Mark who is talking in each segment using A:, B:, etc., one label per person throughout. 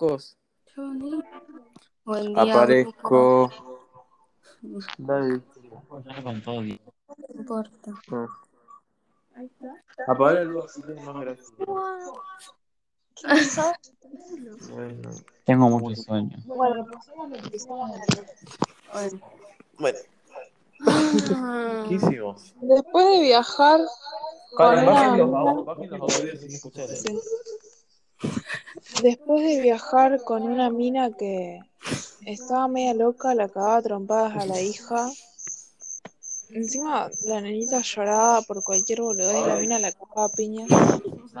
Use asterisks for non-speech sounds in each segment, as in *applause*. A: Cos.
B: Buen día, grupo.
C: Aparezco. Dale.
D: con todo.
B: No importa.
C: No. Apaga la luz, así que es más gracioso. Bueno.
D: Tengo mucho sueño.
C: ¿Qué hicimos?
E: Después de viajar,
C: Para,
E: Hola.
C: bajen los audios, bajen los audios sin escuchar.
E: después de viajar con una mina que estaba media loca, la cagaba a trompadas a la hija. Encima la nenita lloraba por cualquier boludez y la mina la cagaba a piña.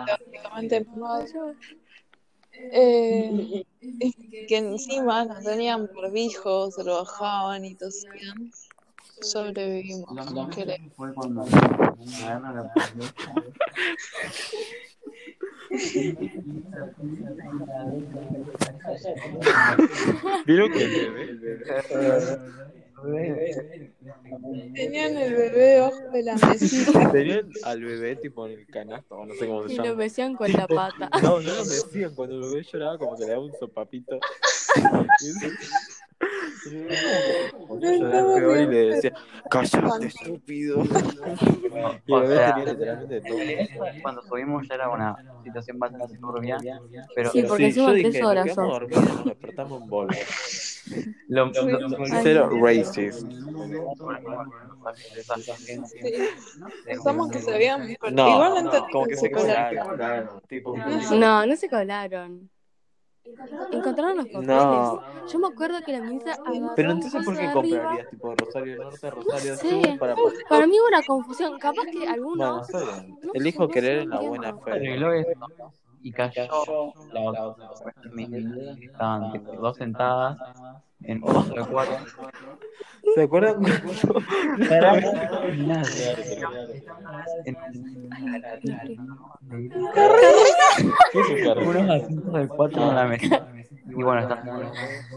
E: Prácticamente empujada. Eh, que encima no tenían barbijo, se lo bajaban y tosían. Sobrevivimos. ¿Qué le-
D: Fue cuando
C: ¿Vieron que el bebé?
E: Tenían el bebé debajo de
C: *laughs*
E: la mesita.
C: Tenían al bebé tipo en el canasto, o no sé cómo se
A: Y lo
C: llama.
A: besían con la pata.
C: No, no lo decían. Cuando el bebé lloraba, como que le daba un sopapito.
A: *laughs*
E: No, no,
C: Peor y
E: no.
C: le decía, cállate, *laughs* estúpido. Y el bebé tenía literalmente todo.
F: Cuando subimos ya era una situación bastante turbia, pero
A: Sí, porque
C: yo
A: suban
C: dije,
A: tres
C: nos
A: horas,
C: quedamos
A: son.
C: dormidos, nos despertamos en bola. Cero racist.
E: Pensamos que se habían mejor.
C: No,
E: Igual
C: no,
E: entendí
C: como que se
E: colaron.
C: colaron. tipo.
A: *laughs* No, no se colaron. Encontraron los papeles.
C: No.
A: Yo me acuerdo que la ministra agarró
C: Pero
A: un
C: entonces,
A: coso
C: ¿por
A: de
C: qué
A: arriba.
C: comprarías tipo Rosario Norte, Rosario
A: sé.
C: Sur para
A: Para mí hubo una confusión. Capaz que alguno.
C: Bueno, está bien.
A: No sé,
C: Elijo
A: no
C: querer
A: sé,
C: en la
A: no
C: buena
A: entiendo.
C: fe.
F: arregló eso y cayó la otra. Mis niñas estaban tipo, dos sentadas en un cuatro.
C: ¿Se acuerdan cuando
F: En un-
C: ¿Qué es eso, Carlos?
F: unos asientos de cuatro en la mesa. Y bueno, estaban-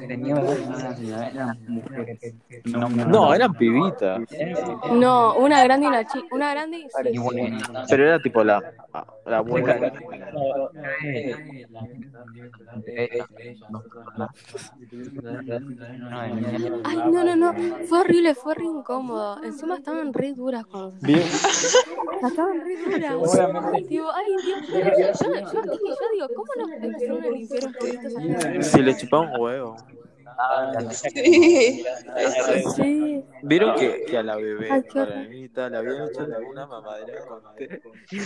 F: tenía una señora, eran mujeres. No,
C: No, eran pibitas.
A: No, una grande y una chica. Una grande y
F: Y
A: sí.
F: bueno,
C: Pero era tipo la, la abuela.
A: Ay, no, no, no. Fue horrible, fue re incómodo. Encima estaban re duras cuando se
C: Bien.
A: Estaban re duras. Digo, ay, Dios. Pero yo, yo, yo, dije, yo digo, ¿cómo nos empezaron a limpiar un poquito esa cara?
C: Si le chupaba un huevo.
E: Sí.
A: Sí.
C: ¿Vieron que, que a la bebé,
A: Ay, qué
C: a
A: horror.
C: la nenita, le habían hecho una mamadera con té?
E: ¿Con
C: Y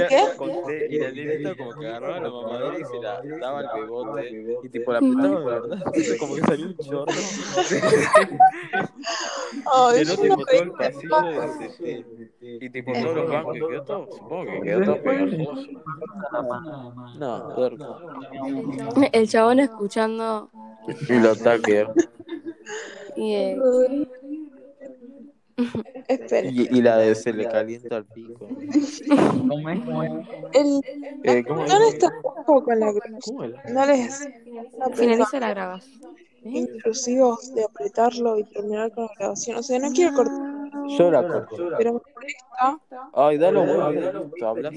C: la-
E: qué?
C: Con té. Y la nenita como que agarraba la mamadera y se la daba al bebote. Y tipo la apretaba de verdad. *laughs* Entonces como que salió un chorro.
E: Ay,
C: Llenó
E: yo
C: tipo
E: no
C: todo el
E: tengo-
C: pasillo de ese té. Y tipo todos los bancos. y Quedó todo, supongo que quedó todo pegajoso. No, tuerco.
A: El chabón escuchando.
C: Y lo ataque.
A: Y, eh,
E: Espera.
C: Y, y la de se le calienta al pico.
E: El...
C: Eh, ¿Cómo
E: No les
C: es?
E: tampoco con la
C: ¿Cómo era?
E: No les no
A: finaliza la grabación.
E: inclusivos de apretarlo y terminar con la grabación. O sea, no quiero cortar,
C: Yo la corto.
E: pero me molesta.
C: Ay, dale huevo. Te hablas.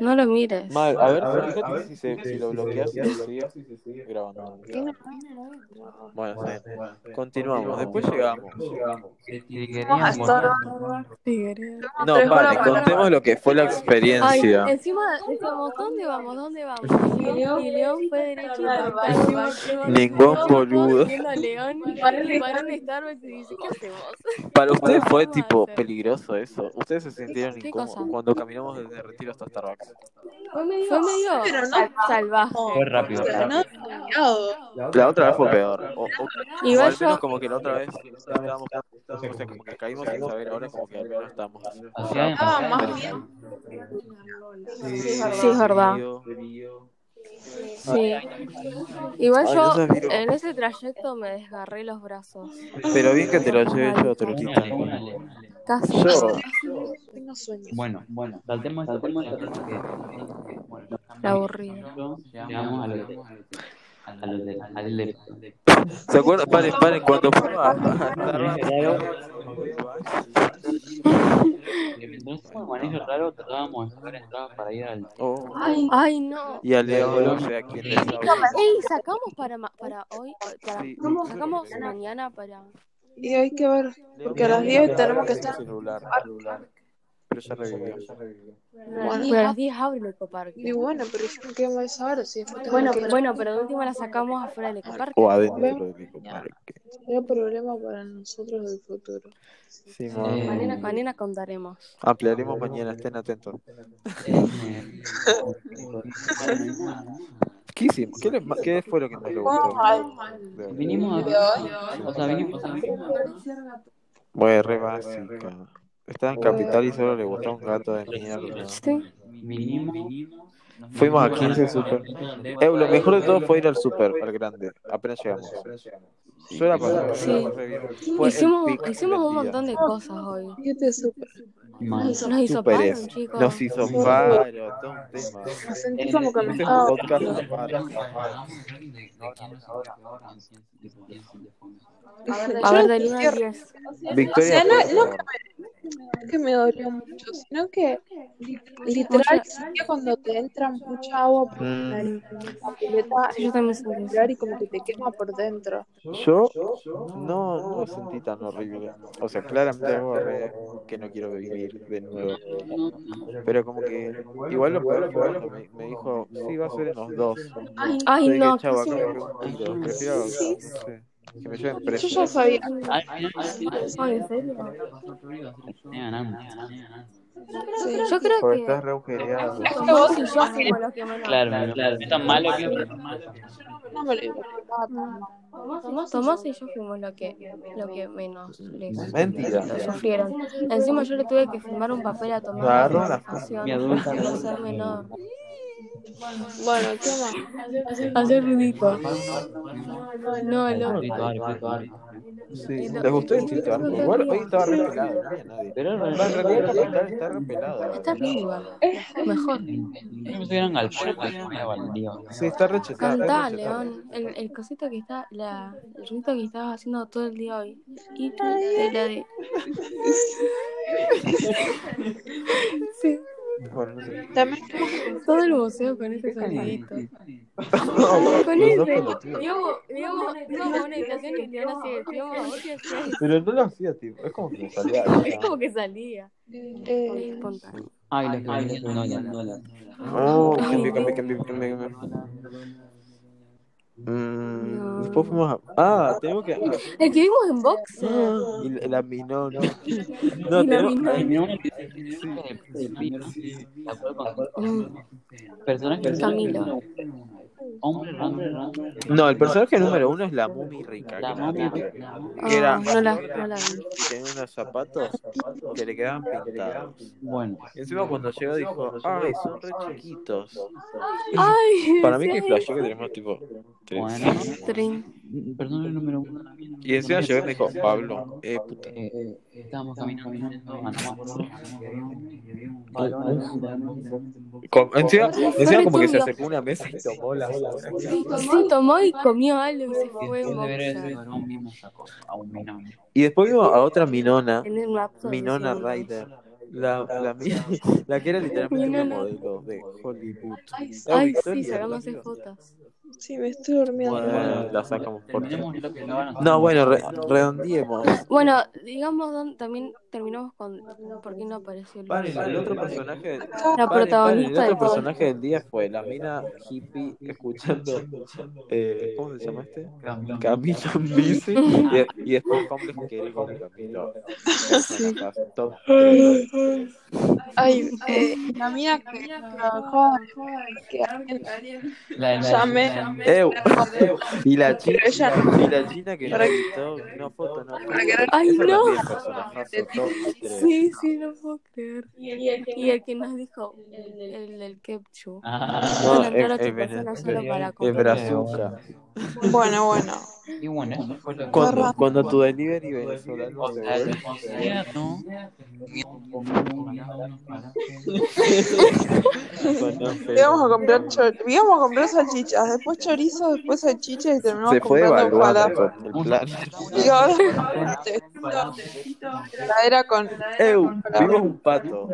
A: No lo mires.
C: Mal, a ver, fíjate si, se, si lo bloqueas y lo sigue grabando. Bueno, sí. continuamos. Después llegamos.
F: Y queríamos.
C: No,
E: Tres
C: vale,
E: horas para-
C: contemos lo que fue la
A: Ay,
C: experiencia.
A: encima decíamos, ¿dónde vamos? ¿Dónde vamos? Y León, y León fue derecho y Starbucks.
C: Ningún
A: Todos- todos
C: boludo.
A: viendo a León y paró en Starbucks y dice, ¿qué hacemos?
C: Para ustedes fue
A: ¿Cómo
C: tipo
A: hacer?
C: peligroso eso. Ustedes se sintieron
A: ¿Qué
C: incómodos
A: cosa?
C: cuando caminamos desde Retiro hasta Starbucks.
A: Fue medio, sal- salvaje.
F: Fue rápido.
E: O sea, no
F: rápido.
E: demasiado.
C: La otra vez fue peor. O, o- o
A: Igual
C: al menos
A: yo,
C: como que la otra vez estábamos, o sea, como que caímos sin saber, ahora como que al menos estamos.
F: Hacía
E: Ah,
F: demasiado
E: más
F: frío.
A: sí, es verdad.
C: Frío.
A: Sí. Igual
C: Ay,
A: yo
C: no sabía.
A: en ese trayecto me desgarré los brazos.
C: Pero bien que te lo llevé yo, Trotita.
A: Casi.
C: Yo,
E: Tengo sueños.
F: Bueno, bueno, saltemos esta parte, porque, bueno,
A: La aburrida.
F: llegamos a lo que- a los del Aleph.
C: ¿Se acuerdan? Paren, paren, cuando fue a- a-
F: No sé cómo manejo raro, tratábamos de sacar entradas para ir al.
C: Oh,
A: Ay, no.
C: Y a Leo, no sé a quién le estaba-
A: Ey, sacamos para, ma- para hoy, para,
C: Sí,
A: sacamos
C: sí.
A: mañana para...
E: Y hay que ver, porque a las 10 tenemos que
C: Leo,
E: estar.
C: celular, celular. Pero ya revivió.
A: Bueno, pero a las 10 abre el ecoparque.
E: Y bueno, pero yo me quedo más ahora, sí. falta
A: Bueno,
E: que-
A: pero, bueno, pero de última la sacamos afuera del ecoparque.
C: O adentro del ecoparque.
E: Sería problema para nosotros del futuro.
C: Sí,
F: Eh,
C: mamá.
A: Mañana, mañana contaremos.
C: Ampliaremos mañana, estén atentos. ¿Qué hicimos? ¿Qué, les ma- qué fue lo que más les
A: Oh,
C: gustó? De-
F: Vinimos
E: ¿De
F: a. O sea, vinimos a.
C: Bueno, re básica. Estaba en Capital y solo le gustó un gato de mierda.
A: Sí.
F: Vinimos.
C: Fuimos a 15 super. Eh, lo mejor de todo fue ir al super, al grande. Apenas llegamos. Yo la pasé, la
A: Sí.
C: pasé bien. Fue el
A: Hicimos,
C: pic
A: hicimos
C: del
A: un
C: día.
A: montón de cosas hoy.
E: Fíjate, súper.
F: Mal.
A: Nos hizo
C: Super
A: paro,
C: es.
A: chicos.
C: Nos hizo paro, todo un tema.
E: Me sentí como que me
C: Este
A: Ah.
E: estaba.
C: podcast es paro.
A: A ver,
E: Yo
A: del 1 al 10.
C: Victoria.
E: O sea, no-
C: pero-
E: que me dolió mucho, sino que
A: Mucha-
E: literal sentía cuando te entra mucha agua por la nariz,
C: Mm,
E: la
A: Yo
E: pileta
A: también sentí eso.
E: entrar y como que te quema por dentro.
C: Yo no, no lo sentí tan horrible. O sea, claramente algo re- que no quiero vivir de nuevo. Pero como que igual lo peor fue cuando me, me dijo, sí, va a ser en los dos. Yo
A: Ay,
C: dije,
A: no.
C: chavo,
E: sí
C: acá me
E: me-
C: pego un tiro. Prefiero, no sé, que me lleven
E: Yo
C: preso.
E: ya sabía.
A: Ay, Ah, ¿en serio?
E: Sí.
A: Yo creo
C: Porque
A: que
C: estás re agujereado.
A: con vos y yo hacemos lo que menos.
F: Claro, claro. Es tan malo que.
E: No me lo imaginaba
A: Mm.
E: tan mal.
A: Tomás y yo fuimos lo que, lo que menos les
C: Mentira.
A: lo sufrieron. Encima yo le tuve que firmar un papel a
C: Me
A: Tomás
C: agarró
A: de
C: la
A: satisfacción.
F: Mi adulta.
A: por ser menor.
E: Bueno, ¿qué más?
A: Hacer ruidito. No, loco.
C: Sí. ¿Les gustó el chiste? Arco? Igual hoy estaba re pelado, ¿eh? no había nadie.
F: Pero
C: Va, en realidad Capital está re pelado. ¿eh?
A: Está bien igual. Mejor.
F: me pusieron galpón, galpón era baldío.
C: Sí, está rechetado.
A: Cantá, León. El, el cosito que está, la, el ruido que estabas haciendo todo el día hoy. Y tú, de la de. *laughs* Sí,
E: También tenemos
A: todo el voceo con ese sonidito. Con
C: Los dos
A: ese.
C: pelotudos.
A: Diego, Diego, íbamos a una habitación y León así, Diego, ¿vos qué haces?
C: Pero no lo hacía, tipo. Es como que me salía.
A: Es como que salía. Muy
E: que- eh,
A: espontáneo.
F: Ay, los que no, no, no.
C: Oh,
A: Ay,
C: cambio, cambio,
A: Dios.
C: cambio, cambio, cambio. Mm,
A: No.
C: después fuimos a. Ah, tenemos que.
A: El que vimos en box.
C: Ah, y la- la minón.
A: la
C: No, tenemos.
A: minón.
F: Ay, mira, una que se- que se- de pija, ¿te acuerdas con-
A: Mm.
F: Personaje
A: Camilo.
F: Hombre random.
C: No, el personaje número uno es la mumi rica.
F: La
C: que
F: mami
C: no-
F: rica.
C: Que era
A: Ah, no la-
C: gorda
A: no la vi.
C: y tenía unos zapatos que le quedaban pintados.
F: Bueno.
C: Encima cuando llegó dijo, ay, son re chiquitos.
A: Ay,
C: Para mí
A: sí,
C: que
A: ay.
C: flashó que tenemos tipo tres.
F: Bueno.
A: Trin.
F: Personaje número uno.
C: Y encima llegó y me dijo, Pablo, eh, puta.
F: Eh, eh, estábamos caminando, ganamos, ganamos.
C: Com- encima, encima
A: Sorry,
C: como que se
A: turbio.
C: acercó a una mesa y tomó las bolas.
A: Sí, tomó y comió algo y se fue en
F: Después de ver
A: boxer.
F: eso, no vimos a cosa, a un minón.
C: Y después vino a otra minona,
A: En el rapto de
C: Minona
A: segundos.
C: Ryder. La, la, mi- *laughs* la que era literalmente una
A: Minona.
C: modelo de Hollywood.
E: Ay,
C: La
A: Ay, sí,
C: Victoria,
A: sacándose
C: boludo.
A: fotos.
E: sí, me estoy durmiendo.
C: Bueno, la sacamos por
F: Terminemos lo que estaban haciendo.
C: No, bueno, re- redondiemos.
A: Bueno, digamos, don- también terminamos con por qué no apareció el
C: Paren, el otro personaje.
A: La
C: paren, paren, el
A: protagonista
C: otro
A: del
C: personaje del día fue la mina hippie escuchando. Eh, ¿Cómo se llama este?
F: Camilo.
C: Camilo en bici. Y, y después hombres que eres con Camilo. Top tres.
E: Ay, eh, la mía que trabajaba, que alguien
F: La de la-
E: llamé,
C: Ew. Y la china,
E: pero ella no,
C: y la china que nos gritó, no foto, no foto.
E: querer-
A: Ay,
C: Eso
A: no.
C: también personajazo, top tres.
A: Sí, sí, no puedo creer. Y el que nos dijo, el del ketchup.
F: Ah,
C: No,
A: Suelen
C: el,
A: entrar ocho
C: el, vene-
A: personas solo para
C: el
A: comer.
C: brazuca.
E: bueno, bueno,
F: y bueno, eso fue lo que-
C: Cuando, cuando tu delivery venezolano
F: O
C: se
F: sea,
C: vuelve.
F: el concierto,
E: Íbamos a comprar, chor- íbamos a comprar salchichas, después chorizo, después salchichas y terminamos
C: Se fue
E: comprando
C: evaluando
E: falafel.
C: el plan.
E: Y ahora *laughs* heladera con...
C: Ew, vimos un pato.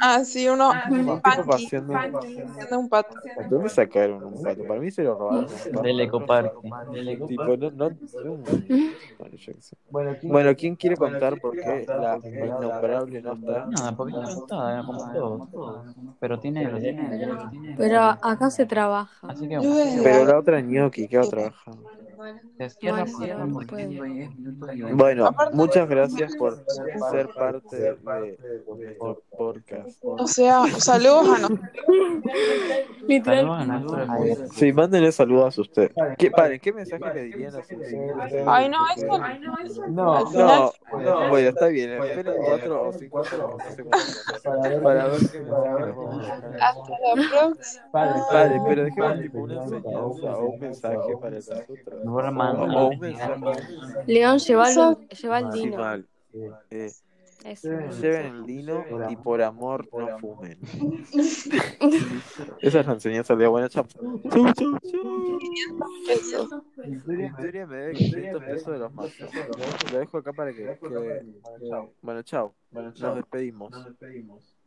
E: Ah, sí, uno...
C: Vimos
E: Panqui,
C: haciendo-
E: haciendo un pato.
C: ¿Dónde sacaron un pato? Para mí se lo robaron. un pato.
F: Del ecoparque.
C: Tipo, no, no- Bueno, yo qué sé. Bueno, ¿quién quiere contar por qué la innombrable no está?
F: Nada, porque está acostada, como todos. Pero tiene, lo tiene.
B: Pero acá se trabaja.
F: Así que
E: Llueve.
C: Pero la otra ñoqui, ¿qué otra?
F: se cierra
B: Bueno,
F: por
B: no
F: porque
B: puedo.
F: es minuto y veinte.
C: Bueno, muchas gracias por ser parte de nuestro podcast.
E: O sea, saludos a nosotros.
F: Saludos a
B: Literal.
F: nuestro
C: Sí, mándenle saludos a usted. ¿Qué, paren, ¿qué mensaje le dirían a sus
E: Ay, no, eso...
C: No,
E: Al final-
C: no, bueno, está bien. Esperen cuatro o cinco segundos para ver qué mensaje les vamos a dejar.
E: Hasta la próxima.
C: Vale, pero dejemos tipo una enseñanza o un mensaje para nosotros.
F: No, hermano.
C: O un mensaje
B: León, lleva el, lleva el
C: sin
B: dino.
C: mal. Eh,
B: Eso.
C: lleven el lino y por amor no *laughs* fumen. Esa es la enseñanza de buena chao. Chau, chau, chau.
E: Besos.
C: Pues, Victoria me debe 500 pesos de los machos. Lo dejo acá para que. que- Bueno, chao. Nos despedimos.